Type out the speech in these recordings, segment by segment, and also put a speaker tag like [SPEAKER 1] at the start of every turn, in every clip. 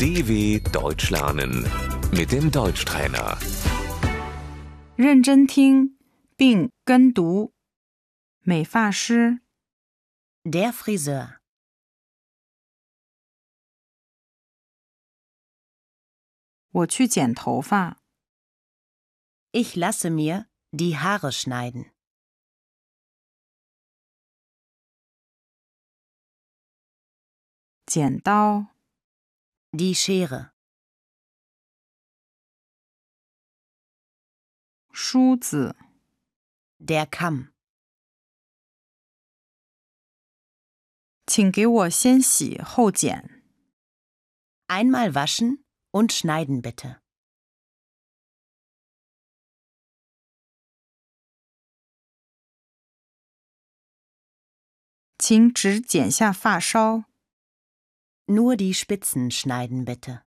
[SPEAKER 1] DW Deutsch lernen mit dem Deutschtrainer.
[SPEAKER 2] 认真听并跟读。美发师、
[SPEAKER 3] Der Friseur,
[SPEAKER 2] 我去剪头发。
[SPEAKER 3] ich lasse mir die Haare schneiden.
[SPEAKER 2] 剪刀、
[SPEAKER 3] Die Schere,
[SPEAKER 2] 梳子、
[SPEAKER 3] der Kamm,
[SPEAKER 2] 请给我先洗后剪。
[SPEAKER 3] einmal waschen und schneiden bitte.
[SPEAKER 2] 请只剪下发梢。
[SPEAKER 3] Nur die Spitzen schneiden bitte.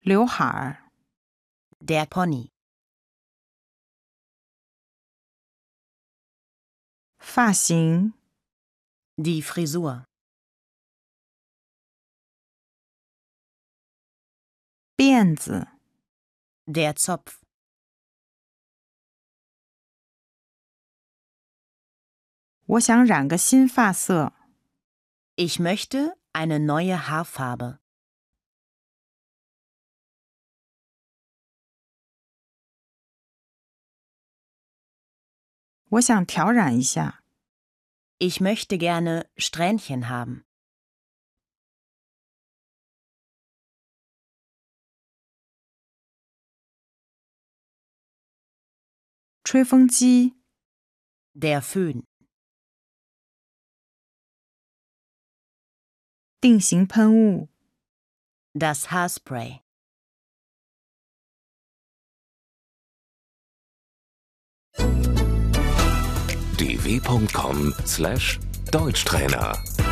[SPEAKER 2] 刘海儿、
[SPEAKER 3] Der Pony,
[SPEAKER 2] 发型、
[SPEAKER 3] die Frisur,
[SPEAKER 2] 辫子、
[SPEAKER 3] der Zopf,
[SPEAKER 2] 我想染个新发色。
[SPEAKER 3] ich möchte eine neue Haarfarbe.
[SPEAKER 2] 我想调染一下。
[SPEAKER 3] Ich möchte gerne Strähnchen haben.
[SPEAKER 2] 吹风机、
[SPEAKER 3] Der Föhn,
[SPEAKER 2] 定型喷雾、
[SPEAKER 3] das Haarspray,
[SPEAKER 1] dw.com/deutschtrainer